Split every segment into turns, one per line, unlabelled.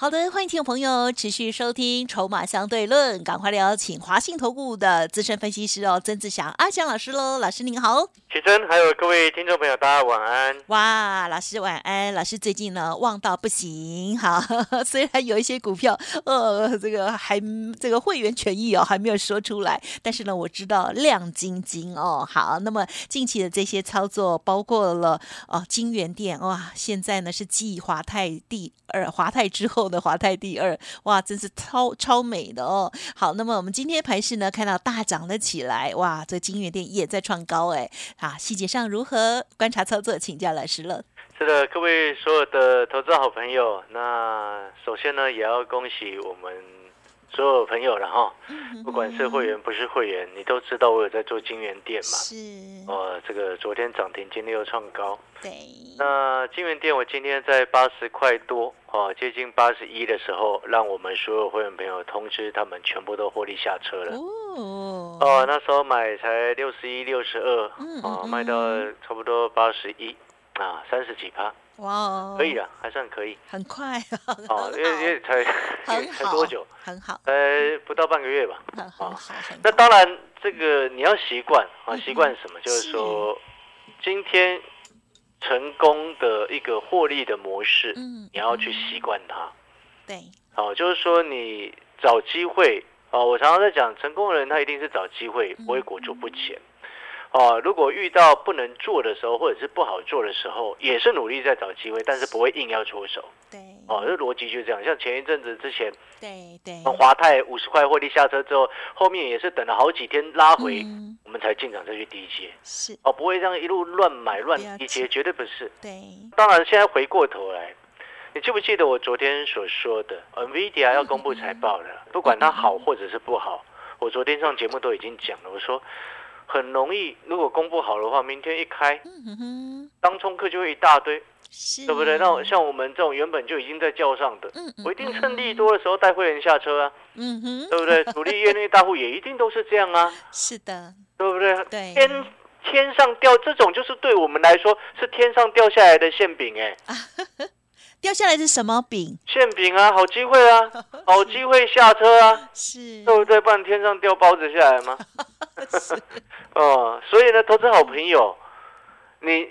好的，欢迎听众朋友持续收听《筹码相对论》，赶快聊请华信投顾的资深分析师哦，曾志祥阿祥老师喽，老师您好。
启真，还有各位听众朋友，大家晚安。
哇，老师晚安，老师最近呢旺到不行，好，虽然有一些股票，呃，这个还这个会员权益哦还没有说出来，但是呢，我知道亮晶晶哦，好，那么近期的这些操作包括了哦金源店哇，现在呢是继华泰第二，华泰之后的华泰第二，哇，真是超超美的哦。好，那么我们今天盘市呢看到大涨了起来，哇，这个金源店也在创高哎，啊，细节上如何观察操作，请教老师了。
是的，各位所有的投资好朋友，那首先呢，也要恭喜我们所有朋友了
嗯
哈。不管是会员不是会员，你都知道我有在做金源店嘛。
是，
哦，这个昨天涨停，今天又创高。
对，
那金源店我今天在八十块多，哦，接近八十一的时候，让我们所有会员朋友通知他们全部都获利下车了。
哦，
哦，那时候买才六十一、六十二
嗯，
哦，
嗯
卖到差不多八十一，啊，三十几趴，
哇哦，
可以的，还算可以。
很快，啊很好
哦，因为因为才因为
很
才
好，
多久？？
很好，
呃，不到半个月吧。
很
哦
很好，很
那当然，这个你要习惯啊，
嗯哼
习惯什么？就是说，今天成功的一个获利的模式，
嗯
你要去习惯它。
对，
哦，就是说你找机会哦，我常常在讲，成功的人他一定是找机会，不会裹足不前。哦，如果遇到不能做的时候，或者是不好做的时候，也是努力在找机会，但是不会硬要出手。
对，
哦，这逻辑就是这样。像前一阵子之前，
对对，
从华泰五十块获利下车之后，后面也是等了好几天拉回，
嗯
我们才进场再去低接。
是，
哦，不会这样一路乱买乱
了
低
解
接，绝对不是。
对，
当然，现在回过头来，你记不记得我昨天所说的呃，NVIDIA
嗯
要公布财报了，不管它好或者是不好，我昨天上节目都已经讲了，我说很容易，如果公布好的话，明天一开
嗯哼哼，
当冲客就会一大堆，
是，
对不对？那我像我们这种原本就已经在轿上的。
嗯嗯，嗯
我一定趁利，多的时候带会员下车啊，
嗯嗯
对
哼，
不对？主力业内大户也一定都是这样啊，
是的，
对不对？
对，
天天上掉这种，就是对我们来说是天上掉下来的馅饼、哎，
掉下来是什么饼？
馅饼啊，好机会 啊，好机会下车啊，
是，
对不对？不然天上掉包子下来吗？
是嗯
哦、所以呢，投资好朋友，你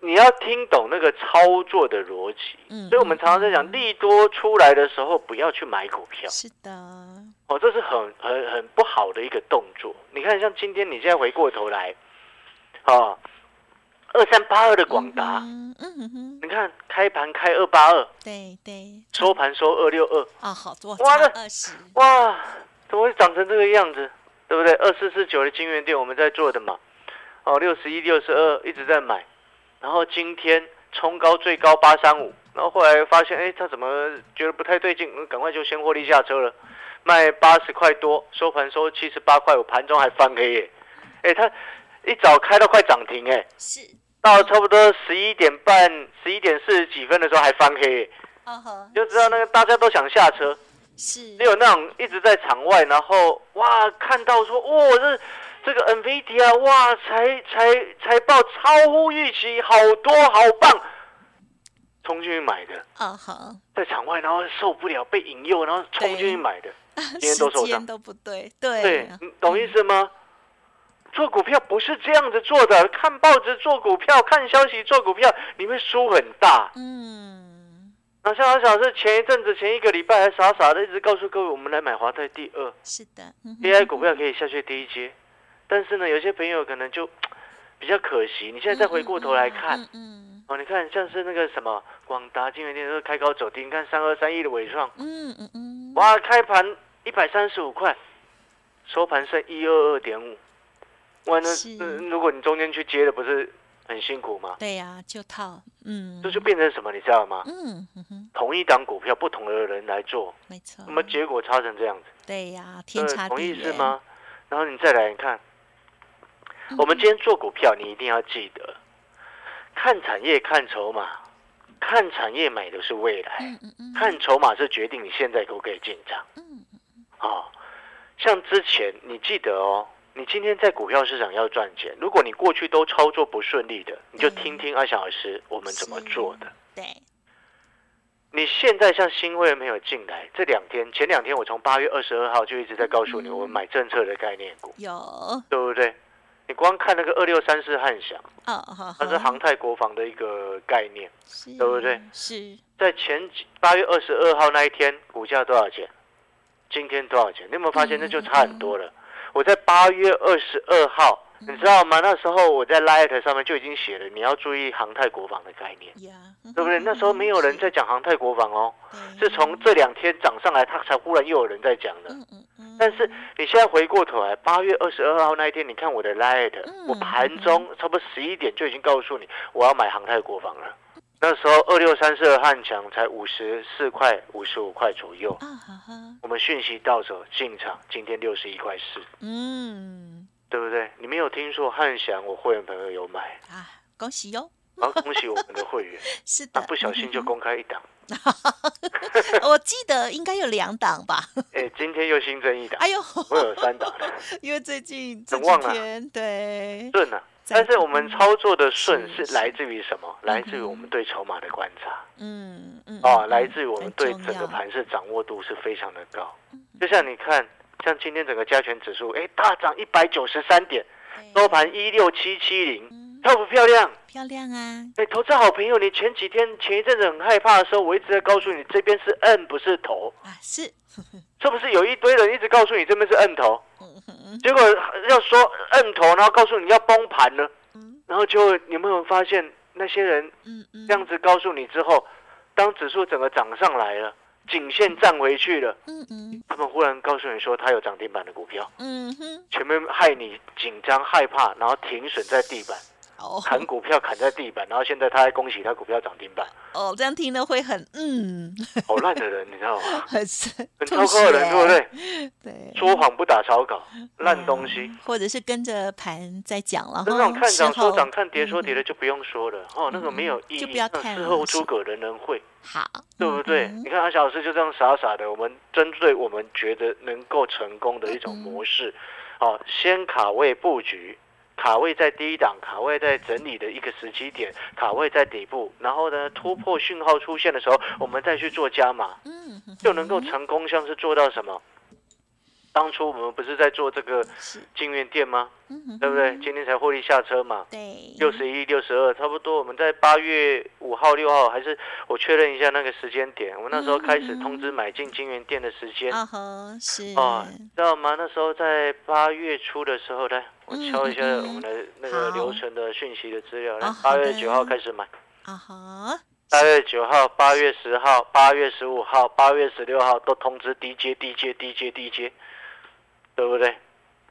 你要听懂那个操作的逻辑。
嗯
所以我们常常在讲，利多出来的时候不要去买股票，
是的，
哦，这是很很很不好的一个动作。你看，像今天你现在回过头来，啊，二三八二的广达，
嗯哼嗯哼，
你看开盘开二八二，
对对，
收盘收二六二，
啊，好多，
哇那
二十，
哇，怎么会长成这个样子？对不对？二四四九的金源店我们在做的嘛，哦，六十一、六十二一直在买，然后今天冲高最高八三五，然后后来发现，哎，他怎么觉得不太对劲，嗯赶快就先获利下车了，卖八十块多，收盘收七十八块五，盘中还翻黑耶，哎，他一早开到快涨停哎，
是，
到差不多十一点半、十一点四十几分的时候还翻黑耶，
啊哈，
就知道那个大家都想下车。
是
你有那种一直在场外，然后哇看到说，哇这这个 NVIDIA 哇财财财报超乎预期，好多好棒，冲进去买的，
啊哈，
在场外然后受不了被引诱，然后冲进去买的，今天都
时
受
间
伤，
都不对，对啊嗯
对，你懂意思吗？做股票不是这样子做的，看报纸做股票，看消息做股票，你会输很大。
嗯，
那像我小是前一阵子、前一个礼拜还傻傻的一直告诉各位，我们来买华泰第二。
是的嗯哼
AI 股票可以下去第一阶，但是呢，有些朋友可能就比较可惜。你现在再回过头来看，
嗯嗯
哦，你看像是那个什么广达、金源店都开高走低，你看三二三一的伟创，
嗯嗯嗯，
哇，开盘一百三十五块，收盘剩一二二点五，哇，那
是
呃如果你中间去接的，不是很辛苦吗？
对呀，就套，嗯，
这就变成什么，你知道吗？
嗯嗯哼，
同一档股票，不同的人来做，
没错，
那么结果差成这样子。
对呀，
对，
嗯天差
同
地
意是
远
吗？然后你再来你看，
嗯
我们今天做股票，你一定要记得，看产业、看筹码，看产业买的是未来，
嗯嗯嗯
看筹码是决定你现在可不可以进场。
嗯
哦，像之前你记得哦，你今天在股票市场要赚钱，如果你过去都操作不顺利的，你就
对
听听阿翔老师我们怎么做的。
嗯对，
你现在像新会没有进来，这两天前两天我从八月二十二号就一直在告诉你，
嗯
我们买政策的概念股，
有哦
对不对？你光看那个二六三四汉翔，
好，
它是
好
航太国防的一个概念，
是
对不对？
是
在前八月二十二号那一天，股价多少钱？今天多少钱？你有没有发现
嗯嗯
那就差很多了？我在八月二十二号，你知道吗？那时候我在 Light 上面就已经写了，你要注意航太国防的概念，
呀，
对不对？那时候没有
嗯
人在讲航太国防哦，
是
是从这两天涨上来，它才忽然又有人在讲的。
嗯嗯嗯，
但是你现在回过头来，八月二十二号那一天，你看我的 Light，、
嗯
我盘中差不多十一点就已经告诉你我要买航太国防了。那时候二六三四的汉强才五十四块、五十五块左右，
啊哈哈，
我们讯息到手进场，今天六十一块四，
嗯
对不对？你没有听说汉翔，我会员朋友有 买，
啊，恭喜哟，
然后恭喜我们的 会员，
是的，
他啊
嗯
不小心就公开一 档，
我记得应该有两档 吧？
哎，今天又新增一档
哎，呦，
我有三档，
因为最近这
很
几
旺啊
天，对，
顺啊。
在
但是我们操作的顺
是
是
嗯是
来自于什么？来自于
嗯哼
我们对筹码的观察。
嗯嗯，
哦，
嗯
来自于我们
很
对
重
整
要
个盘势掌握度是非常的高。就像你看，像今天整个加权指数，哎，大涨一百九十三点，
对
收盘一六七七零，
嗯
漂不漂亮？
漂亮啊，
哎，投资好朋友，你前几天前一阵子很害怕的时候，我一直在告诉你这边是 N 不是头，
啊是，
是不是有一堆人一直告诉你这边是 N 头？
嗯哼
结果要说 N 头，然后告诉你要崩盘呢，
嗯
然后就你有没有发现那些人
嗯嗯，
这样子告诉你之后，当指数整个涨上来了，颈线站回去了。
嗯嗯
他们忽然告诉你说他有涨停板的股票，
嗯哼，
前面害你紧张害怕，然后停损在地板，
哦
砍股票砍在地板，然后现在他还恭喜他股票涨停板，
哦，这样听了会很嗯，
好烂的人，你知道吗？
很是
很
吐
糟糕的人，
血
对不对？
对，
说谎不打草稿，
嗯
烂东西。
啊，或者是跟着盘在讲了，
那种看涨
事后
说涨，看跌说跌的就不用说了，哦，那个没有意
嗯就
义
不要，
那
看
事
了
后
是
诸葛人人会，
好，
对不对？
嗯
你看阿小老师就这样傻傻的，我们针对我们觉得能够成功的一种模式，
嗯
哦，先卡位布局，卡位在低档，卡位在整理的一个时期点，卡位在底部，然后呢突破讯号出现的时候，我们再去做加码，
嗯，嗯
就能够成功，像是做到什么？当初我们不是在做这个
是，
金源店吗？
嗯，
对不对？
嗯？
今天才获利下车嘛。
对，
六十一、六十二，差不多。我们在八月五号、六号，还是我确认一下那个时间点。我们那时候开始通知买进金源店的时间
啊哈，是嗯
哦，你知道吗？那时候在八月初的时候呢，我敲一下
嗯嗯嗯
我们的那个
好
留存的讯息的资料，
哦
来
好
八
的
月九号开始买，
啊哈，
八月九号、八月十号、八月十五号、八月十六号都通知低阶、低阶、低阶、低阶，对不对？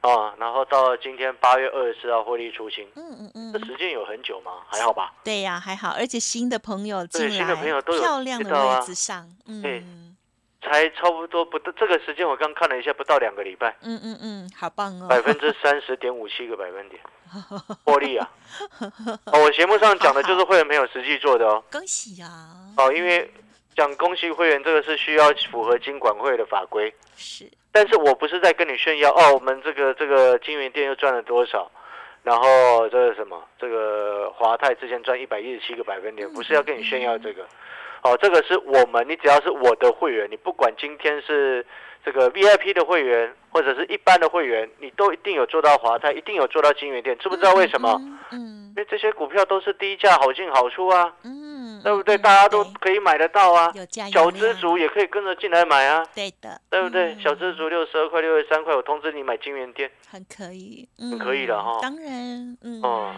哦，然后到了今天八月二十四号获利出清，
嗯嗯
这
嗯，
时间有很久吗？还好吧。
对呀，还好，而且新的朋友进
对
来，
新的朋友都有
漂亮
知道
的
啊
位置上，
对
嗯
才差不多不到这个时间，我刚看了一下，不到两个礼拜，
嗯嗯嗯，好棒哦，
百分之三十点五七个 百分点获利啊！哦，我节目上讲的就是会员朋友实际做的哦。
恭喜啊呀，
哦，因为讲恭喜会员这个是需要符合金管会的法规，
是，
但是我不是在跟你炫耀哦，我们这个这个金源店又赚了多少，然后这个什么这个华泰之前赚一百一十七个百分
嗯
点，不是要跟你炫耀这个。哦，这个是我们，你只要是我的会员，你不管今天是这个 VIP 的会员，或者是一般的会员，你都一定有做到华泰，一定有做到金源店，知不知道为什么？
嗯？
因为这些股票都是低价好进好出啊，
嗯嗯，
对不对？
嗯
大家都可以买得到啊，
有价有
小资
量，
族也可以跟着进来买啊。
对的，
对不对？
嗯
小资族六十二块、六十三块，我通知你买金源店。
很可以，嗯，
可以了哈
当然，嗯，
哦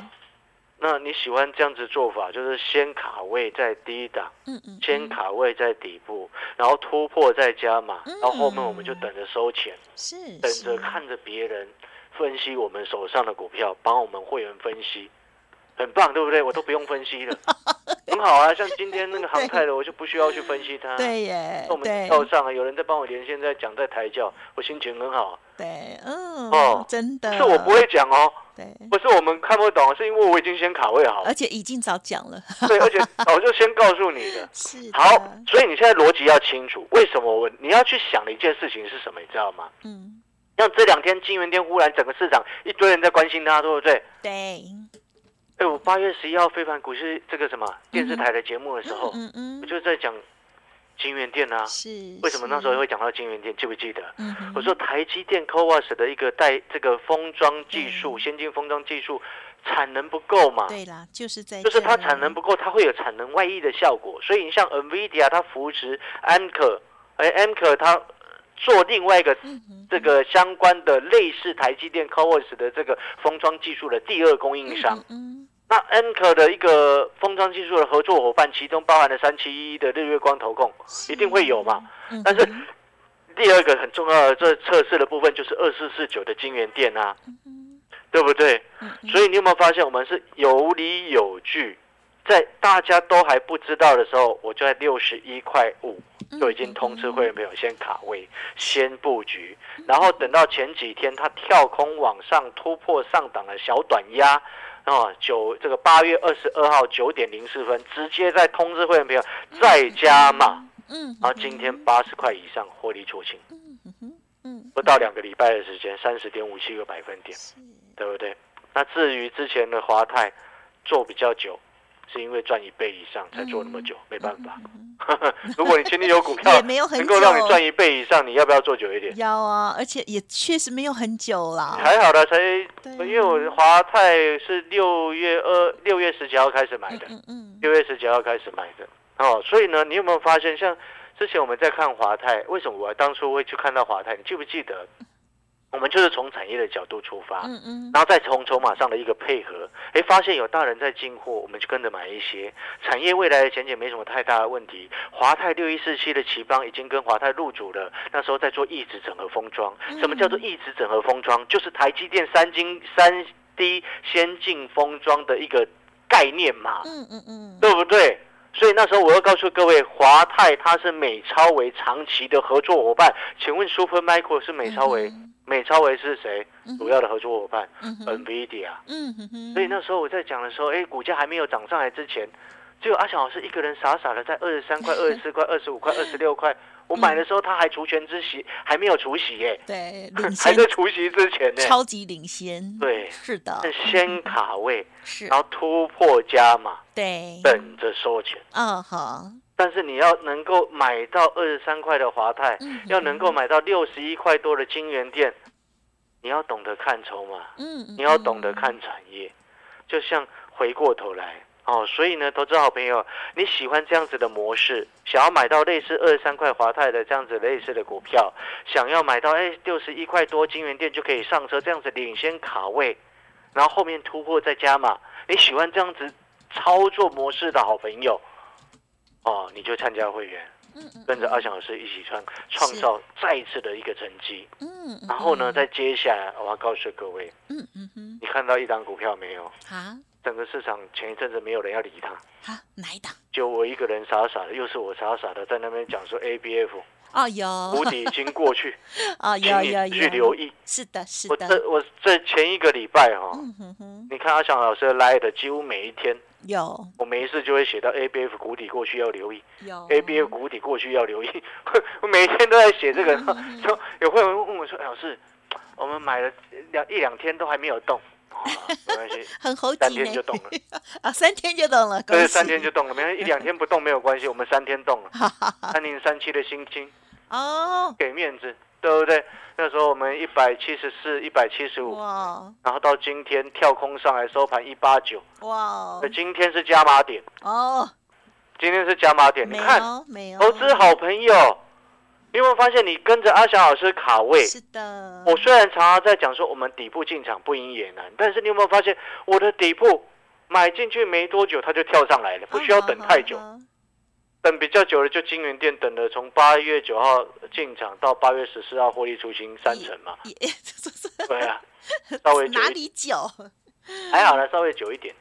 那你喜欢这样子做法，就是先卡位在低档，
嗯嗯，
先
嗯
卡位在底部，然后突破再加码，
嗯
然后后面我们就等着收钱，
是
等
是
着看着别人分析我们手上的股票，帮我们会员分 析，很棒，对不对？我都不用分析了，很好啊。像今天那个航太的，我就不需要去分析它。。
对耶
我，们
对
跳上啊了，有人在帮我连线，在讲，在抬轿，我心情很好。啊
对，嗯，
哦
真的，
是我不会讲哦，
对，
不是我们看不懂，是因为我已经先卡位好了
而，且已经早讲了，
对，而且早就先告诉你 的。
是的
好，所以你现在逻辑要清楚，为什么我你要去想的一件事情是什么，你知道吗？
嗯，
像这两天金源店忽然整个市场一堆人在关心它，对不对？
对，
哎，我八月十一号非凡股市这个什么电视台的节目的时候，
嗯嗯
我
嗯，
就在讲金源店啊，
是
为什么那时候，会讲到金源店？记不记得？
是嗯哼
我说台积电 CoWAS 的一个带这个封装技术，
嗯
先进封装技术产能不够嘛，
对啦，就是在
就是它
这
产能不够，它会有产能外溢的效果。所以你像 NVIDIA 它扶持 Amker，哎 Amker 它做另外一个
嗯哼
这个相关的类似台积电 CoWAS 的这个封装技术的第二供应商。
嗯
那 Amker 的一个封装技术的合作伙伴，其中包含了三七一的日月光投控，一定会有嘛。
嗯，
但是
嗯哼
第二个很重要的这测试的部分就是二四四九的金源店啊，
嗯
对不对？
嗯嗯
所以你有没有发现，我们是有理有据，在大家都还不知道的时候，我就在六十一块五
嗯
就已经通知会员朋友先卡位、先布局，然后等到前几天它跳空往上突破上档的小短压。哦，九这个八月二十二号九点零四分，直接在通知会员朋友再加码，，
嗯，
然后今天八十块以上获利出清，
嗯哼嗯，
不到两个礼拜的时间，三十点五七个百分点。
是
对不对？那至于之前的华泰做比较久，是因为赚一倍以上才做那么久，没办法。如果你今天有股
嗯
票
也没有很
能够让
久
你赚一倍以上，你要不要做久一点？
要啊，而且也确实没有很久啦，
还好啦，才
对啊
因为我华泰是六月二六月十几号开始买的，
嗯嗯，
六月十几号开始买的哦。所以呢，你有没有发现，像之前我们在看华泰，为什么我当初会去看到华泰？你记不记得？我们就是从产业的角度出发，
嗯嗯，
然后再从筹码上的一个配合，哎，发现有大人在进货，我们就跟着买一些。产业未来的前景没什么太大的问题。华泰六一四七的奇邦已经跟华泰入主了，那时候在做一质整合封装。什么叫做一质整合封装？就是台积电三晶三 D 先进封装的一个概念嘛，
嗯嗯嗯，
对不对？所以那时候我要告诉各位，华泰它是美超为长期的合作伙伴。请问 Super Micro 是美超为？美超为是谁
嗯
主要的合作伙伴？
嗯哼
NVIDIA。
嗯哼哼，
所以那时候我在讲的时候，哎，股价还没有涨上来之前，只有阿翔老师一个人傻傻的在二十三 块、二十四块、二十五块、二十六块。我买的时候他还除权之息，还没有除息耶，
对领
还
先
在除息之前呢。
超级领先，
对
是的，
先卡位，
是
然，后突破加码，
对，
等着收钱。
嗯好，
但是你要能够买到二十三块的华泰，
嗯哼
要能够买到六十一块多的金源店，你要懂得看筹码。
嗯，
你要懂得看产业，就像回过头来哦。所以呢，投资好朋友，你喜欢这样子的模式，想要买到类似二三块华泰的这样子类似的股票，想要买到哎六十一块多金源店就可以上车，这样子领先卡位，然后后面突破再加码。你喜欢这样子操作模式的好朋友哦，你就参加会员，
嗯，嗯
跟着阿翔老师一起创创
是
造再次的一个成绩。
嗯，嗯
然后
嗯
呢，再接下来我要告诉各位。
嗯嗯哼，
你看到一档股票没有？
啊
整个市场前一阵子没有人要理它，
啊哪一档？
就我一个人傻傻的，又是我傻傻的在那边讲说 ABF
哦有
谷底已经 过去，
啊
请
有
你
有
去
有，
留意。
是的是
我
的，
这我这前一个礼拜哈、
嗯哼哼，
你看阿翔老师的 l i t 几乎每一天，
有
我没事就会写到 ABF 谷底过去要留意
有
，ABF 谷底过去要留意， 我每天都在写这 个。
嗯嗯嗯
就有会员问我说：“哎老师，我们买了两一两天都还没有 动，啊、没关系，
很猴急
三天就
呢
动了。”
啊，三天就懂了，
对，
恭
三
喜
天就动了，没一两天不动没有关系，我们三天 动了。
哈哈哈
三零三七的新金
哦
给面子，对不对？那时候我们一百七十四、一百七十五，
哇
然后到今天跳空上来收盘一八九，
哇
那今天是加码点，
哦，
今天是加码点。你
没
看，
有没有，哦
投资好朋友，你有没有发现你跟着阿翔老师卡位？
是啊的，
我虽然常常在讲说我们底部进场不赢也难，但是你有没有发现我的底部买进去没多久它就跳上来了，不需要等太久
啊。。啊啊
等比较久了，就金源店等了，从八月九号进场到八月十 四号获利出清三成嘛，
也这这这
对啊，稍微久
哪
一
里久？
还好呢，稍微久一点，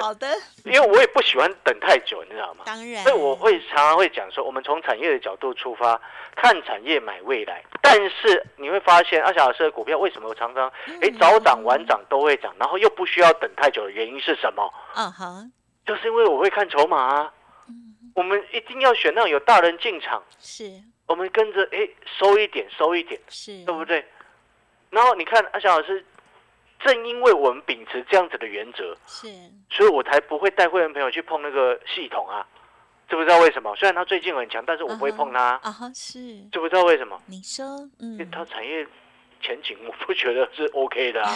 好的，
因为我也不喜欢等太久，你知道吗？
当然。
所以我会常常会讲说，我们从产业的角度出发，看产业买未来。但是你会发现，阿小老师的股票为什么常常诶哎
嗯
早涨晚涨都会涨，然后又不需要等太久的原因是什么？
嗯哼，
就是因为我会看筹码啊。我们一定要选那种有大人进场，
是
我们跟着诶收一点收一点，
是，
对不对？然后你看阿小老师，正因为我们秉持这样子的原则，
是
所以我才不会带会员朋友去碰那个系统啊，知不知道为什么？虽然它最近很强，但是我不会碰它、
啊哈，是。
知不知道为什么？
你说，
因为
嗯，
它产业前景我不觉得是 OK 的啊，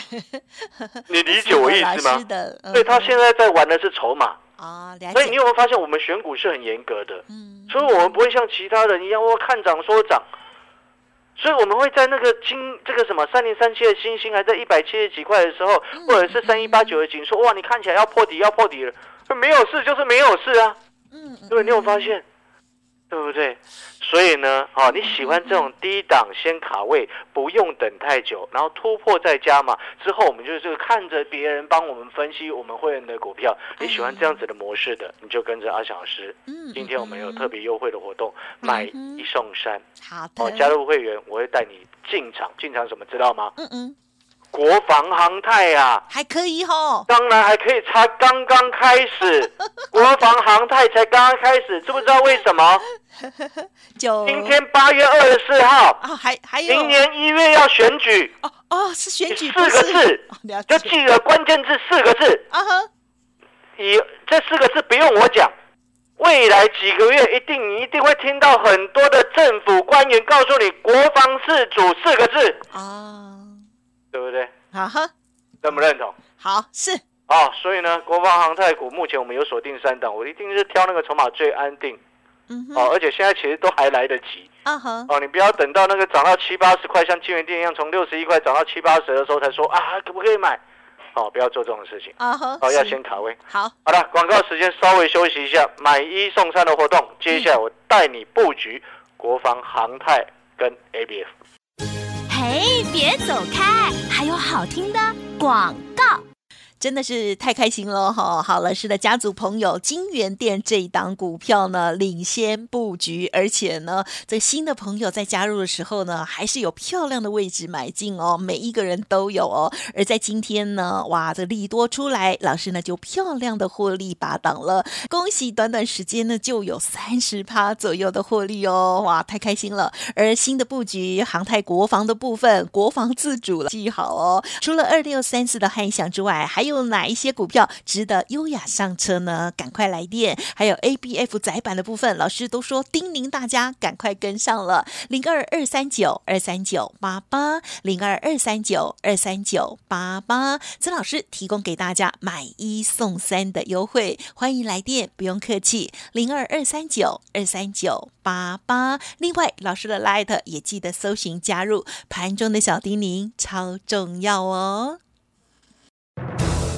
你理
符
解我
合
意
老
思吗
师？的，嗯
所以他现在在玩的是筹码，
啊，了
所以你
解，
有没有发现我们选股是很严格的？
嗯，
所以我们不会像其他人一样，我看涨说涨。所以我们会在那个金这个什么三零三七的星星还在一百七十几块的时候，或者是三一八九的锦说哇，你看起来要破底要破底了，没有事就是没有事啊，
嗯，嗯
对，你有发？现，对不对？所以呢，哦，你喜欢这种低档先卡位，不用等太久，然后突破再加码，之后我们就是看着别人帮我们分析我们会员的股票，你喜欢这样子的模式的，你就跟着阿翔老师。
嗯，嗯
今天我们有特
嗯
别优惠的活动，买
嗯
一送三
好的，
哦！加入会员，我会带你进场。进场什么知道吗？
嗯嗯，
国防航太啊，
还可以吼，
当然还可以差刚刚开 始，国防航太才刚刚开始，知不知道为什么？
就
今天八月二十四号，
啊，还还有
明年一月要选举，
哦哦，是选举
四
不
个
是
字
哦了
就
解
记得关键字四个字，
啊哈，
以这四个字不用我讲。未来几个月，一定你一定会听到很多的政府官员告诉你“国防自主”四个字。
啊
对不对？
啊哈，
认不认同？
好是
啊、所以呢，国防航太股目前我们有锁定三档，我一定是挑那个筹码最安定
嗯
哦
哼，
而且现在其实都还来得及
啊哈，
哦，你不要等到那个涨到七八十块，像金源店一样从六十一块涨到七八十的时候才说啊，可不可以买？哦，不要做这种事情
啊哈，
哦，要
是
先卡位。
好，
好了，广告时间稍微休息一下，买一送三的活动，
嗯
接下来我带你布局国防航太跟 ABF。
嘿，别走开，还有好听的广告。
真的是太开心了哈！好了，是的，家族朋友，金源店这一档股票呢，领先布局，而且呢，这新的朋友在加入的时候呢，还是有漂亮的位置买进哦，每一个人都有哦。而在今天呢，哇，这利多出来，老师呢就漂亮的获利拔档了，恭喜！短短时间呢就有三十趴左右的获利哦，哇，太开心了！而新的布局，航太国防的部分，国防自主了，记好哦。除了二六三四的汉翔之外，还有哪一些股票值得优雅上车呢？赶快来电！还有 A B F 窄板的部分，老师都说叮咛大家赶快跟上了，零二二三九二三九八八，零二二三九二三九八八，曾老师提供给大家买一送三的优惠，欢迎来电，不用客气，零二二三九二三九八八。另外，老师的 Light 也记得搜寻加入，盘中的小叮咛超重要哦。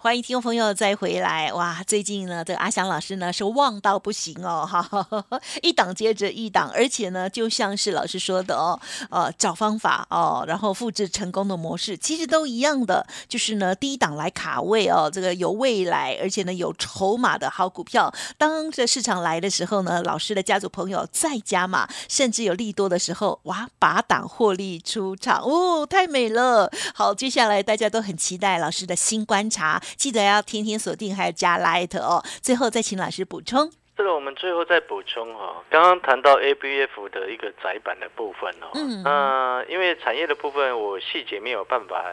欢迎听众朋友再回来哇！最近呢，这个阿翔老师呢是旺到不行哦，哈哈哈哈，一档接着一档，而且呢，就像是老师说的哦，呃，找方法哦，然后复制成功的模式，其实都一样的，就是呢，第一档来卡位哦，这个有未来，而且呢有筹码的好股票，当这市场来的时候呢，老师的家族朋友再加码，甚至有利多的时候，哇，拔档获利出场哦，太美了！好，接下来大家都很期待老师的新观察，记得要天天锁定，还有加 light 哦。最后再请老师补充，
这个我们最后再补充哈、哦，刚刚谈到 ABF 的一个窄板的部分哦，
嗯
那因为产业的部分我细节没有办法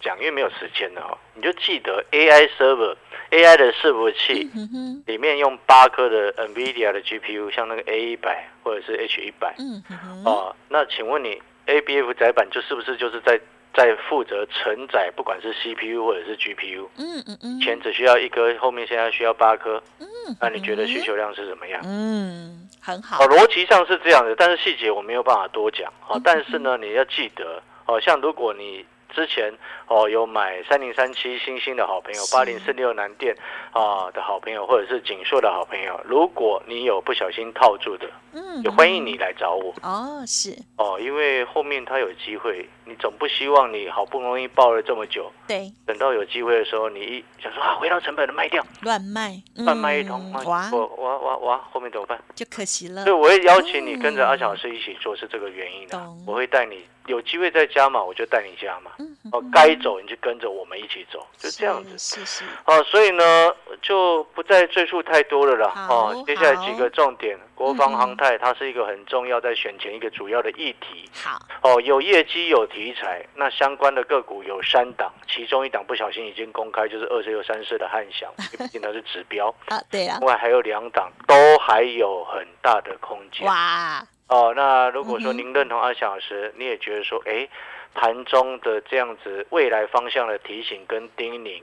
讲，因为没有时间了哦，你就记得 AI server、AI 的伺服器
嗯哼，
里面用八颗的 NVIDIA 的 GPU，像那个 A 一百或者是 H 一百
嗯哼，
哦，那请问你 ABF 窄板就是不是就是在在负责承载，不管是 CPU 或者是 GPU，
嗯嗯嗯，
前只需要一颗，后面现在需要八颗，
嗯
那你觉得需？求量是怎么样？
嗯，很好
好，，逻辑上是这样的，但是细节我没有办法多讲。
嗯
好、但是呢，你要记得，好、像如果你之前哦有买三零三七星星的好朋友，
是
八零四六南电啊、的好朋友，或者是锦硕的好朋友，如果你有不小心套住的，
嗯
也欢迎你来找我
哦，是
哦，因为后面它有机会，你总不希望你好不容易抱了这么久，
对，
等到有机会的时候，你一想说啊回到成本了卖掉，
乱卖，
半卖一
嗯
通，
哇嗯
啊，我我我我后面怎么办？
就可惜了
所以，我也邀请你跟着
嗯
阿翔老师一起做，是这个原因的、
懂
我会带你有机会再加码，我就带你加码。
嗯，
哦，该走你就跟着我们一起走，就这样子。
是是，
哦，所以呢，就不再赘述太多了啦。
好
哦，接下来
好
几个重点，国防
嗯
航太它是一个很重要，在选前一个主要的议题。
好，
哦，有业绩有题材，那相关的个股有三档，其中一档不小心已经公开，就是二十六三四的汉翔，因为毕竟它是指 标。
啊，对了
另，外还有两档都还有很大的空间。
哇，
哦，那如果说
嗯哼
您认同阿翔老师，你也觉得说，哎，盘中的这样子未来方向的提醒跟叮咛，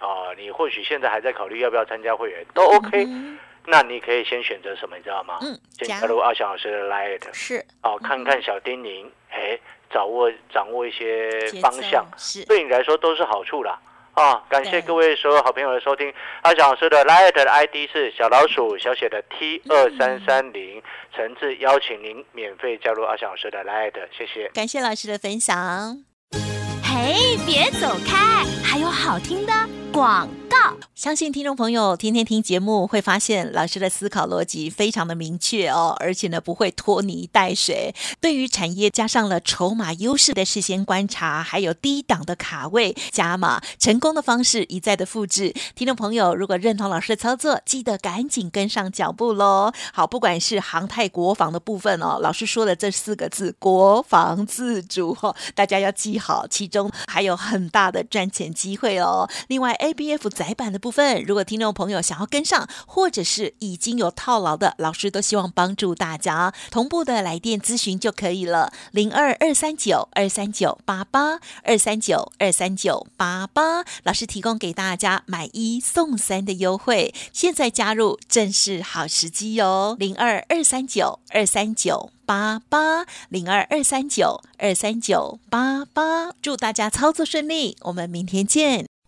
啊、你或许现在还在考虑要不要参加会员，都 OK，、
嗯
那你可以先选择什么，你知道吗？
嗯，
先
加
加入阿翔老师的 Lite，
是
哦，看看小叮咛，哎，掌握掌握一些
节
方
奏
向，
是，
对你来说都是好处啦。啊，感谢
对
各位所有好朋友的收听。阿翔老师的 Light 的 ID 是小老鼠小写的 T 二三三
嗯
零，诚挚邀请您免费加入阿翔老师的 Light，谢谢。
感谢老师的分享。
嘿，别走开，还有好听的广告。
相信听众朋友天天听节目，会发现老师的思考逻辑非常的明确哦，而且呢不会拖泥带水。对于产业加上了筹码优势的事先观察，还有低档的卡位加码，成功的方式一再的复制。听众朋友如果认同老师的操作，记得赶紧跟上脚步喽。好，不管是航太国防的部分哦，老师说的这四个字“国防自主”哦，大家要记好，其中还有很大的赚钱机会哦。另外，ABF 窄板的部分，如果听众朋友想要跟上，或者是已经有套牢的，老师都希望帮助大家啊同步的来电咨询就可以了，零二二三九二三九八八二三九二三九八八，老师提供给大家买一送三的优惠，现在加入正是好时机哟、零二二三九二三九。八八零二二三九二三九八八，祝大家操作顺利，我们明天见。